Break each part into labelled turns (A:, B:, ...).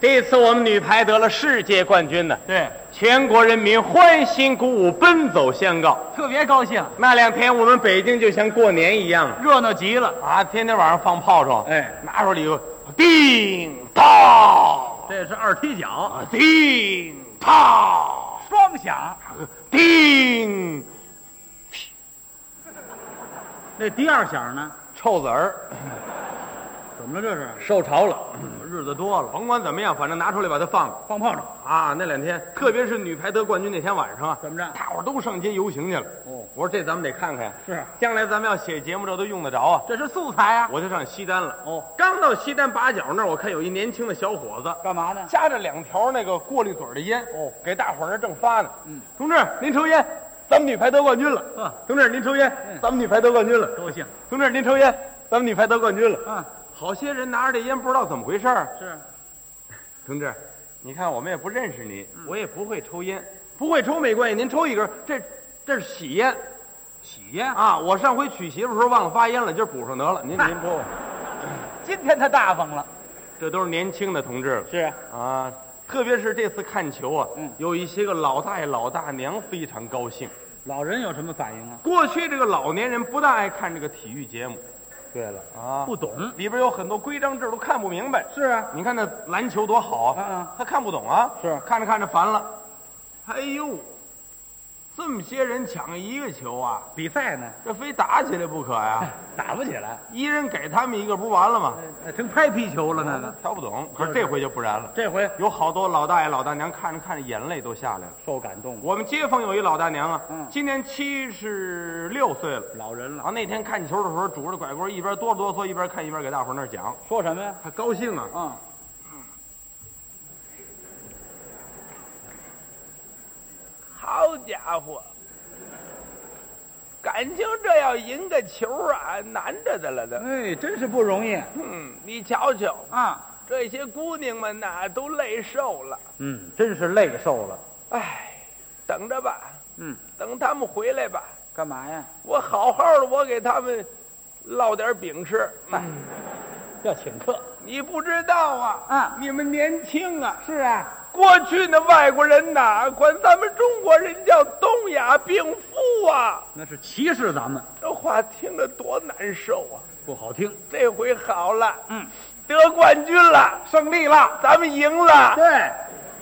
A: 这次我们女排得了世界冠军呢，
B: 对，
A: 全国人民欢欣鼓舞，奔走相告。
B: 特别高兴，
A: 那两天我们北京就像过年一样
B: 热闹极了。
A: 啊，天天晚上放炮仗，
B: 哎，
A: 拿出礼物，叮当，
B: 这是二踢脚，
A: 叮当，
B: 双响。
A: 叮，
B: 那第二响呢？
A: 臭子儿
B: 怎么了？这是
A: 受潮了。
B: 嗯日子多了，
A: 甭管怎么样，反正拿出来把它放了
B: 放炮仗，
A: 啊！那两天，特别是女排得冠军那天晚上啊，
B: 怎么着
A: 大伙儿都上街游行去了。
B: 哦，
A: 我说这咱们得看看呀，
B: 是啊
A: 将来咱们要写节目这都用得着啊。
B: 这是素材啊。
A: 我就上西单了，
B: 哦，
A: 刚到西单八角那儿，我看有一年轻的小伙子，
B: 干嘛呢？
A: 夹着两条那个过滤嘴儿的烟，
B: 哦，
A: 给大伙儿那正发呢。
B: 嗯，
A: 同志，您抽烟，咱们女排得冠军了。
B: 嗯，
A: 同志，您抽烟
B: 嗯，
A: 咱们女排得冠军了。
B: 高兴。
A: 同志，您抽烟，咱们女排得冠军了。
B: 嗯，
A: 好些人拿着这烟不知道怎么回事儿。
B: 是。
A: 同志，你看我们也不认识你，
B: 嗯
A: 我也不会抽烟，不会抽没关系，您抽一根，这这是喜烟
B: 喜烟。
A: 啊！我上回娶媳妇时候忘了发烟了，今儿补上得了。您您 不，
B: 今天他大方了。
A: 这都是年轻的同志
B: 是啊，
A: 了啊。特别是这次看球啊，
B: 嗯
A: 有一些个老大爷老大娘非常高兴。
B: 老人有什么反应啊？
A: 过去这个老年人不大爱看这个体育节目
B: 对了，
A: 啊，
B: 不懂。
A: 里边有很多规章制度看不明白。
B: 是啊，
A: 你看那篮球多好
B: 啊啊，
A: 他看不懂啊，
B: 是
A: 看着看着烦了，哎呦，这么些人抢一个球啊，
B: 比赛呢，
A: 这非打起来不可 呀！
B: 打不起来，
A: 一人给他们一个，不完了吗？
B: 哎成拍皮球了那个。
A: 瞧不懂，可是这回就不然了，
B: 嗯这回
A: 有好多老大爷老大娘看着看着眼泪都下来了。
B: 受感动了，
A: 我们街坊有一老大娘啊，
B: 嗯
A: 今年七十六岁了。
B: 老人
A: 然。后那天看球的时候，拄着拐棍，一边哆哆嗦一边看，一边给大伙儿那儿讲，
B: 说什么呀？
A: 他高兴啊！
B: 嗯，
C: 好家伙，感情这要赢个球啊，难着的了的。
B: 哎，真是不容易
C: 嗯，你瞧瞧，
B: 啊。
C: 这些姑娘们呐、都累瘦了。
B: 嗯，真是累瘦了。
C: 哎，等着吧，
B: 嗯，
C: 等他们回来吧。
B: 干嘛呀？
C: 我好好的，我给他们烙点饼吃。
A: 嗯
B: 要请客
C: 你不知道啊，
B: 啊？
C: 你们年轻啊，
B: 是啊，
C: 过去那外国人呐、管咱们中国人叫东亚病夫啊，
B: 那是歧视咱们，
C: 这话听着多难受啊。
B: 不好听。
C: 这回好了，
B: 嗯，
C: 得冠军了，
B: 胜利了，
C: 咱们赢了。
B: 对，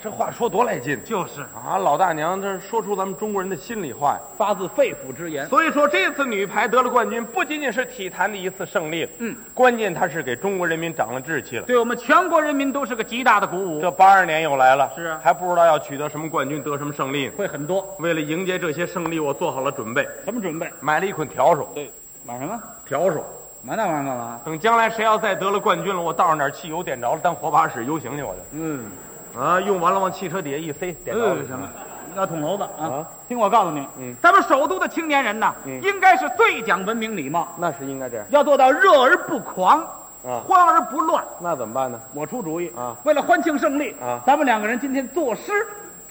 A: 这话说多来劲
B: 就是
A: 啊！老大娘这说出咱们中国人的心里话呀。
B: 发自肺腑之言。
A: 所以说，这次女排得了冠军，不仅仅是体坛的一次胜利，
B: 嗯，
A: 关键它是给中国人民长了志气了。
B: 对我们全国人民都是个极大的鼓舞，
A: 这八二年又来了，
B: 是啊
A: 还不知道要取得什么冠军，得什么胜利呢。
B: 会很多。
A: 为了迎接这些胜利，我做好了准备，
B: 什么准备？
A: 买了一捆笤帚，
B: 买什么？
A: 笤帚。
B: 买那玩意儿干嘛？
A: 等将来谁要再得了冠军了，我倒上点汽油点着了，当火把使游行去，我就嗯
B: 嗯，呃
A: 啊，用完了往汽车底下一塞，点着了就行了。
B: 要捅娄子啊
A: 啊！
B: 听我告诉你，
A: 嗯，
B: 咱们首都的青年人呐，
A: 嗯
B: 应该是最讲文明礼貌，
A: 那是应该这样，
B: 要做到热而不狂，
A: 啊
B: 慌而不乱。
A: 那怎么办呢？
B: 我出主意
A: 啊！
B: 为了欢庆胜利
A: 啊
B: 咱们两个人今天作诗，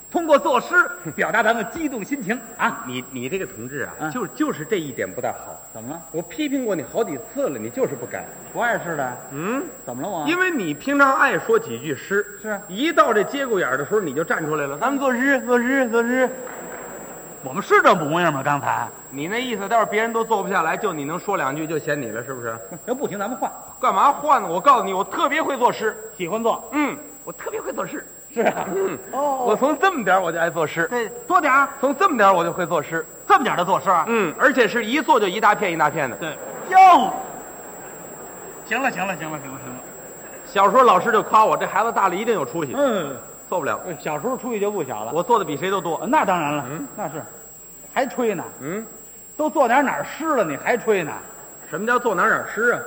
B: 通过作诗 表达咱们激动心情啊！
A: 你你这个同志啊，
B: 啊
A: 就就是这一点不大好，
B: 怎么了？
A: 我批评过你好几次了，你就是不改。
B: 我也是的。
A: 嗯。
B: 怎么了我？
A: 因为你平常爱说几句诗，
B: 是
A: 一到这节骨眼儿的时候你就站出来了，咱们作诗，作诗，作诗。
B: 我们是这模样吗？刚才
A: 你那意思，待会儿别人都坐不下来，就你能说两句就嫌你了，是不是？
B: 要不行，咱们换。
A: 干嘛换呢？我告诉你，我特别会作诗，
B: 喜欢做
A: 嗯，我特别会作诗，
B: 是啊。
A: 嗯，
B: 哦，
A: 我从这么点儿我就爱作诗，
B: 对，多点儿，
A: 从这么点儿我就会作诗，
B: 这么点儿的作诗。
A: 嗯，而且是一做就一大片一大片的。
B: 对，哟，行了，行了，行了，行了，行了。
A: 小时候老师就夸我，这孩子大了一定有出息，
B: 嗯，
A: 做不了，
B: 小时候出息就不小了。
A: 我做的比谁都多。
B: 那当然了，
A: 嗯
B: 那是，还吹呢，
A: 嗯，
B: 都坐哪儿哪儿湿了，你还吹呢？
A: 什么叫做哪儿哪儿诗啊？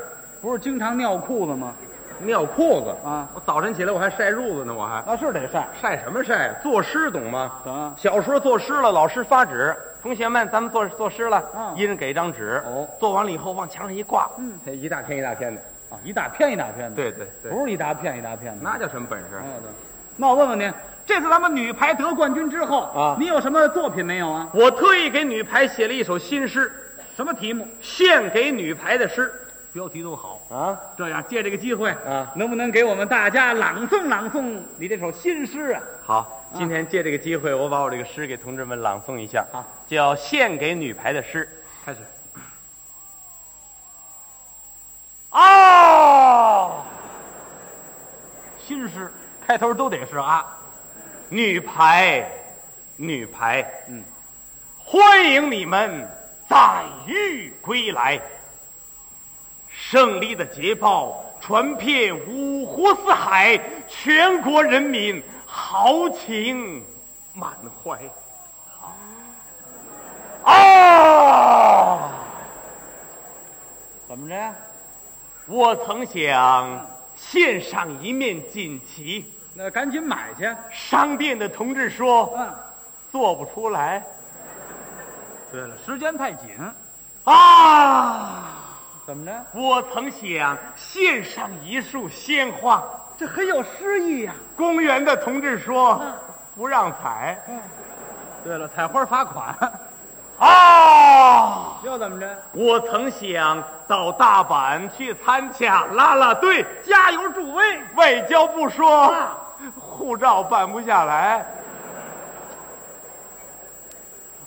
B: 不是经常尿裤子吗？
A: 尿裤子
B: 啊，
A: 我早晨起来我还晒褥子呢，我还。
B: 那是得晒。
A: 晒什么晒？啊作诗懂吗？
B: 怎么？
A: 小时候作诗了，老师发纸，同学们，咱们作作诗了，
B: 嗯
A: 一人给一张纸，
B: 哦，
A: 做完了以后往墙上一挂，
B: 嗯，
A: 一大片一大片的。
B: 啊，一大片一大片的，，
A: 对对对，
B: 不是一大片一大片的。
A: 那叫什么本事？啊
B: 哎对那我问问您，这次咱们女排得冠军之后
A: 啊
B: 你有什么作品没有啊？
A: 我特意给女排写了一首新诗，
B: 什么题目？
A: 献给女排的诗。
B: 标题都好，
A: 啊
B: 这样借这个机会，
A: 啊！
B: 能不能给我们大家朗诵朗诵你这首新诗啊？
A: 好，今天借这个机会，我把我这个诗给同志们朗诵一下，
B: 好，
A: 叫《献给女排的诗》。
B: 开始。
A: 哦，新诗开头都得是啊，女排，女排，嗯，欢迎你们载誉归来。胜利的捷报传遍五湖四海，全国人民豪情满怀。哦。
B: 怎么着呀？
A: 我曾想献上一面锦旗，
B: 那赶紧买去。
A: 商店的同志说
B: 嗯，
A: 做不出来
B: 对了，时间太紧。
A: 啊！
B: 怎么着？
A: 我曾想献上一束鲜花，
B: 这很有诗意呀、
A: 公园的同志说不让采
B: 对了，采花罚款。
A: 啊！
B: 又怎么着？
A: 我曾想到大阪去参加啦啦队，
B: 加油助威！
A: 外交部说护照办不下来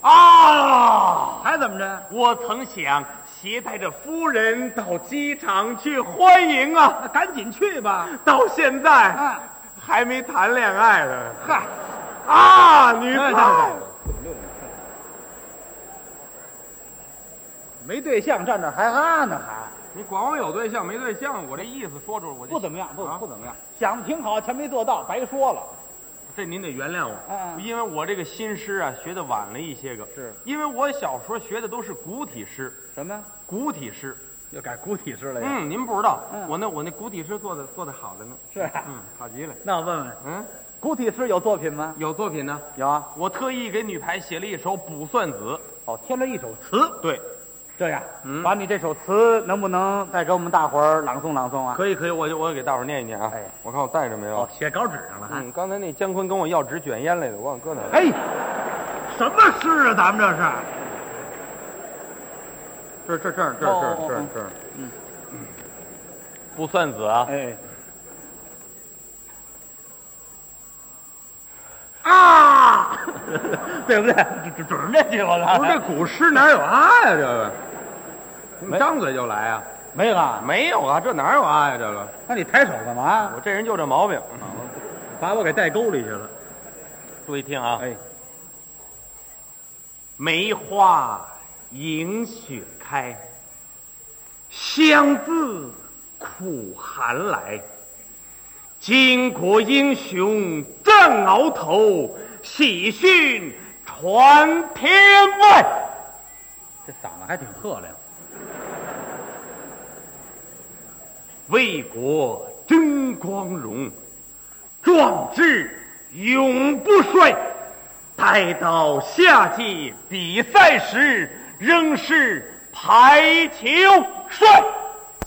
A: 啊！
B: 还怎么着？
A: 我曾想携带着夫人到机场去欢迎啊，
B: 那赶紧去吧。
A: 到现在
B: 啊，
A: 还没谈恋爱呢。
B: 嗨，
A: 啊，女
B: 哎
A: 排，
B: 没对象站这儿还啊呢还。
A: 你管我有对象没对象，我这意思说出来，我
B: 不
A: 这
B: 怎么样，不、
A: 啊
B: 不怎么样，想的挺好，钱没做到，白说了。
A: 这您得原谅我，
B: 啊，
A: 因为我这个新诗啊学的晚了一些个，
B: 是
A: 因为我小时候学的都是古体诗，
B: 什么？
A: 古体诗。
B: 又改古体诗了呀？
A: 嗯，您不知道，
B: 嗯
A: 我那我那古体诗做的做的好着呢，
B: 是啊。
A: 嗯，好极了。
B: 那我问问，
A: 嗯，
B: 古体诗有作品吗？
A: 有作品呢，
B: 有啊。
A: 我特意给女排写了一首《卜算子
B: 哦，添了一首词。
A: 对，
B: 这样，
A: 嗯
B: 把你这首词能不能再给我们大伙儿朗诵朗诵》，啊？
A: 可以可以，我就我给大伙儿念一念啊。
B: 哎
A: 我看我带着没有
B: 哦，？写稿纸上了还。
A: 嗯，刚才那姜昆跟我要纸卷烟来的，我忘搁哪儿了。
B: 哎，什么诗啊？咱们这是？
A: 这这这这
B: 哦哦
A: 这这
B: 哦
A: 这，嗯，不算子啊。
B: 哎，
A: 啊，
B: 对不对？准准这句我
A: 不是这古诗哪有啊呀？这个，你
B: 没
A: 张嘴就来啊？
B: 没了。
A: 没有啊，这哪有啊呀？这个，
B: 那你抬手干嘛？
A: 我这人就这毛病。
B: 把我给带沟里去了。
A: 注意听啊！
B: 哎，
A: 梅花迎雪开，香自苦寒来。巾帼英雄正鳌头，喜讯传天外。
B: 这嗓子还挺喝亮。
A: 为国争光荣，壮志永不衰。待到夏季比赛时，仍是排球帅。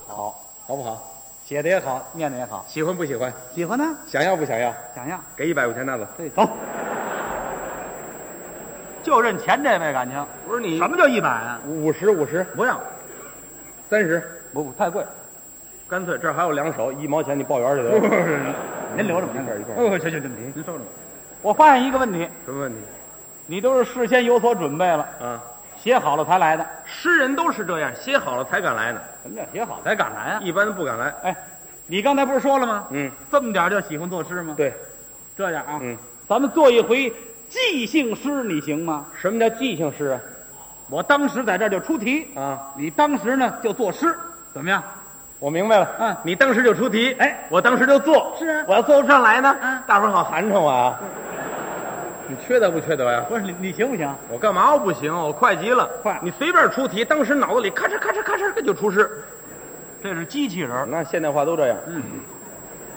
B: 好，好不好？写的也好，念的也好，
A: 喜欢不喜欢？
B: 喜欢呢？
A: 想要不想要？
B: 想要，
A: 给一百块钱大子。
B: 对，走。就认钱这位感情，
A: 不是你
B: 什么叫一百啊？
A: 五十五十
B: 不要，
A: 三十，
B: 不不太贵，
A: 干脆这儿还有两手，一毛钱你报圆去
B: 不
A: 得
B: 是
A: 了。
B: 不是， 您留着吧，
A: 一块儿一块儿
B: 哦，行行行，您您收着吧。我发现一个问题，
A: 什么问题
B: 你都是事先有所准备了，
A: 啊？
B: 写好了才来的。
A: 诗人都是这样，写好了才敢来呢，
B: 什么叫写好才敢来啊？
A: 一般不敢来。
B: 你刚才不是说了吗？
A: 嗯，
B: 这么点儿就喜欢作诗吗？
A: 对，
B: 这样啊，
A: 嗯，
B: 咱们做一回即兴诗，你行吗？
A: 什么叫即兴诗
B: 我当时在这儿就出题，
A: 啊？啊，
B: 你当时呢就作诗，怎么样？
A: 我明白了。
B: 嗯
A: 你当时就出题，
B: 哎，
A: 我当时就做。
B: 是啊
A: 我要做不上来呢，
B: 嗯
A: 大伙儿好寒碜我啊。你缺德不缺德呀？
B: 不是你你行不行？
A: 我干嘛我不行？我快极了，
B: 快
A: 你随便出题，当时脑子里咔嚓咔嚓咔嚓就出诗。
B: 这是机器人，
A: 那现代化都这样，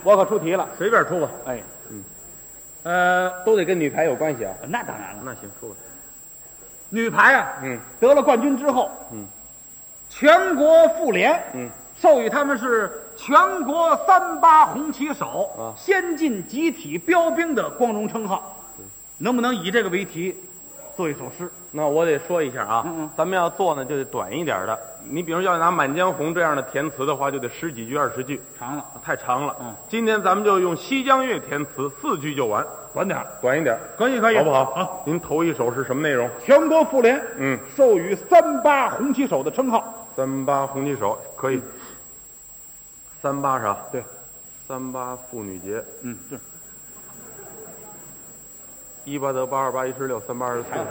B: 我可出题了。
A: 嗯随便出吧，
B: 哎，
A: 呃，都得跟女排有关系啊。
B: 那当然了，
A: 那行，出吧。
B: 女排啊
A: 嗯，
B: 得了冠军之后，
A: 嗯，
B: 全国妇联，
A: 嗯，
B: 授予他们是全国三八红旗手
A: 啊
B: 先进集体标兵的光荣称号。能不能以这个为题，做一首诗？
A: 那我得说一下啊，
B: 嗯嗯
A: 咱们要做呢就得短一点的，你比如要拿《满江红》这样的填词的话，就得十几句、二十句，
B: 长了，
A: 太长了。
B: 嗯，
A: 今天咱们就用西江月填词，四句就完，
D: 短点儿。
A: 短一点，
D: 可以可以，
A: 好不好？
D: 好。，
A: 您头一首是什么内容？
D: 全国妇联
A: 嗯，
D: 授予三八红旗手的称号，
A: 三八红旗手可以。三八啥？
D: 嗯对，
A: 三八妇女节。
B: 嗯，是
A: 一八得八，二八一十六，三八二十四，是吧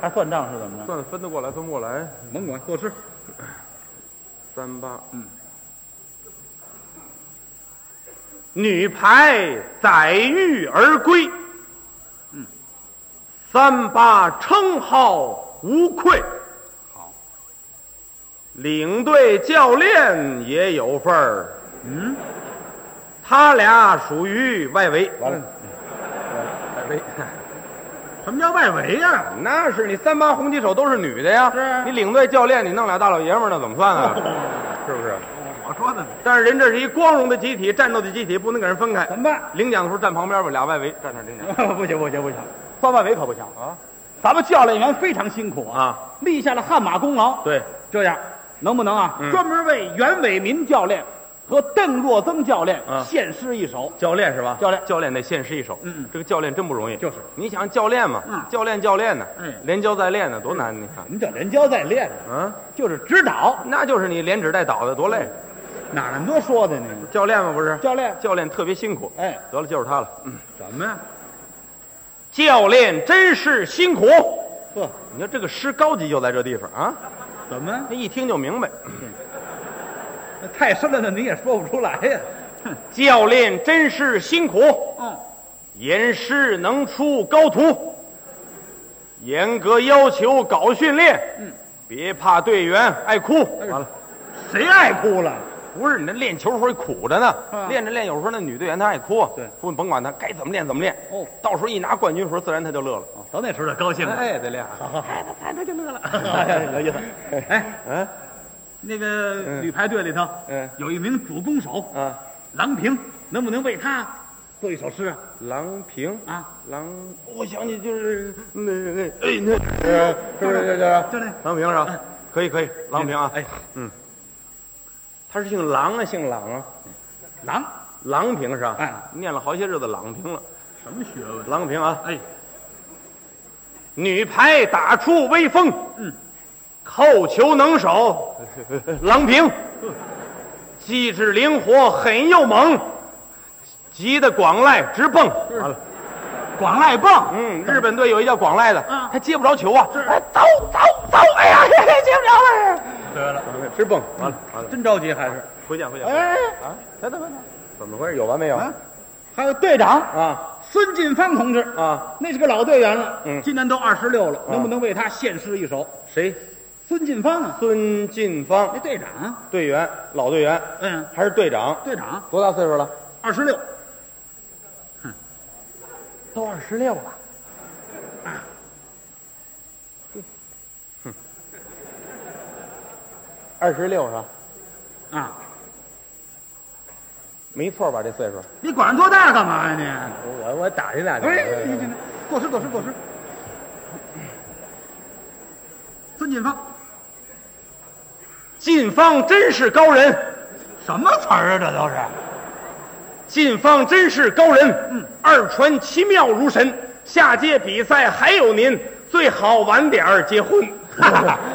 B: 还算账是怎么着？
A: 算分得过来，分不过来。
B: 甭管作诗，
A: 三八，
B: 嗯。
A: 女排载誉而归，嗯，三八称号无愧。好，领队教练也有份儿，嗯，他俩属于外围。
D: 完了，
A: 外
B: 嗯
A: 围，
D: 什么叫外围呀？
A: 那是你三八红旗手都是女的呀，
D: 是啊
A: 你领队教练你弄俩大老爷们儿，那怎么算啊？ 是不是？
B: 哦
D: 我说的呢，
A: 但是人这是一光荣的集体，战斗的集体，不能给人分开。
D: 怎么办？
A: 领奖的时候站旁边吧，俩外围站那儿领奖
B: 不行不行不行，算外围可不行啊！咱们教练员非常辛苦啊，
A: 啊。
B: 立下了汗马功劳。
A: 对，
B: 这样能不能啊？
A: 嗯
B: 专门为袁伟民教练和邓若增教练
A: 啊
B: 献诗一首。
A: 教练是吧？
B: 教练
A: 教练得献诗一首。
B: 嗯嗯
A: 这个教练真不容易。
B: 就是
A: 你想教练嘛，
B: 嗯
A: 教练教练呢，
B: 嗯
A: 连教带练呢，多难！你看，
B: 什么叫连教带练呢？
A: 嗯，
B: 就是指导，
A: 那就是你连指带导的，多累。
B: 哪那么多说的呢？
A: 教练嘛，不是
B: 教练，
A: 教练特别辛苦。
B: 哎，
A: 得了，就是他了。嗯
D: 什么呀？
A: 教练真是辛苦。
B: 呵，
A: 你说这个诗高级就在这地方啊，
D: 怎么？
A: 他一听就明白。
D: 那太深了，那你也说不出来呀。
A: 教练真是辛苦。
B: 嗯，
A: 严师能出高徒，严格要求搞训练。嗯，别怕队员爱哭。完了，
D: 谁爱哭了？
A: 不是你那练球时候苦着呢，
B: 啊
A: 练着练，有时候那女队员她爱哭。
D: 对，
A: 不你甭管她，该怎么练怎么练。
B: 哦，
A: 到时候一拿冠军的时候，自然她就乐了。
D: 哦到那时候就高兴了。
A: 哎，得练。
B: 有意思。
D: 哎，
A: 嗯
D: 那个女排队里头
A: 嗯
D: 有一名主攻手
A: 啊，
D: 郎平，能不能为他做一首诗啊？
A: 郎平
D: 啊，
A: 郎，我想起就是那那哎那，呃是不是这
D: 就那
A: 郎平是吧？可以可以，郎平啊，
D: 哎，
A: 他是姓郎啊，姓郎啊，
D: 郎
A: 郎平是吧？
D: 哎，
A: 念了好些日子郎平了，
D: 什么学问？
A: 郎平啊。
D: 哎，
A: 女排打出威风，嗯，扣球能 手，郎平，机智灵活，狠又猛，急得广濑直蹦。完了，
D: 广濑棒，
A: 嗯，日本队有一叫广濑的，
D: 嗯
A: 他接不着球啊，哎，走走走，哎呀， 接不着了，
D: 对了，
A: 直蹦。完了完了，
D: 真着急还是？
A: 回见回见，
B: 哎，
A: 等等等等，怎么回事？有完没有？
B: 啊还有队长
A: 啊
B: 孙晋芳同志，
A: 啊，
B: 那是个老队员了，
A: 嗯
B: 今年都二十六了，能不能为他献诗一首？
A: 谁？
B: 孙晋芳啊，
A: 孙晋芳
B: 那，队长啊，
A: 队员，老队员，
B: 嗯，
A: 还是队长？
B: 队长
A: 多大岁数了？
B: 二十六，
A: 都二十六了。二十六是吧？
B: 啊，
A: 没错吧？这岁数，
D: 你管人多大干嘛呀
A: 我我打听打
D: 你？哎，你这作诗作诗作诗。孙锦芳，
A: 晋芳真是高人，
D: 什么词儿啊？这都是
A: 晋芳真是高人。嗯，二传奇妙如神。下届比赛还有您，最好晚点儿结婚。哈哈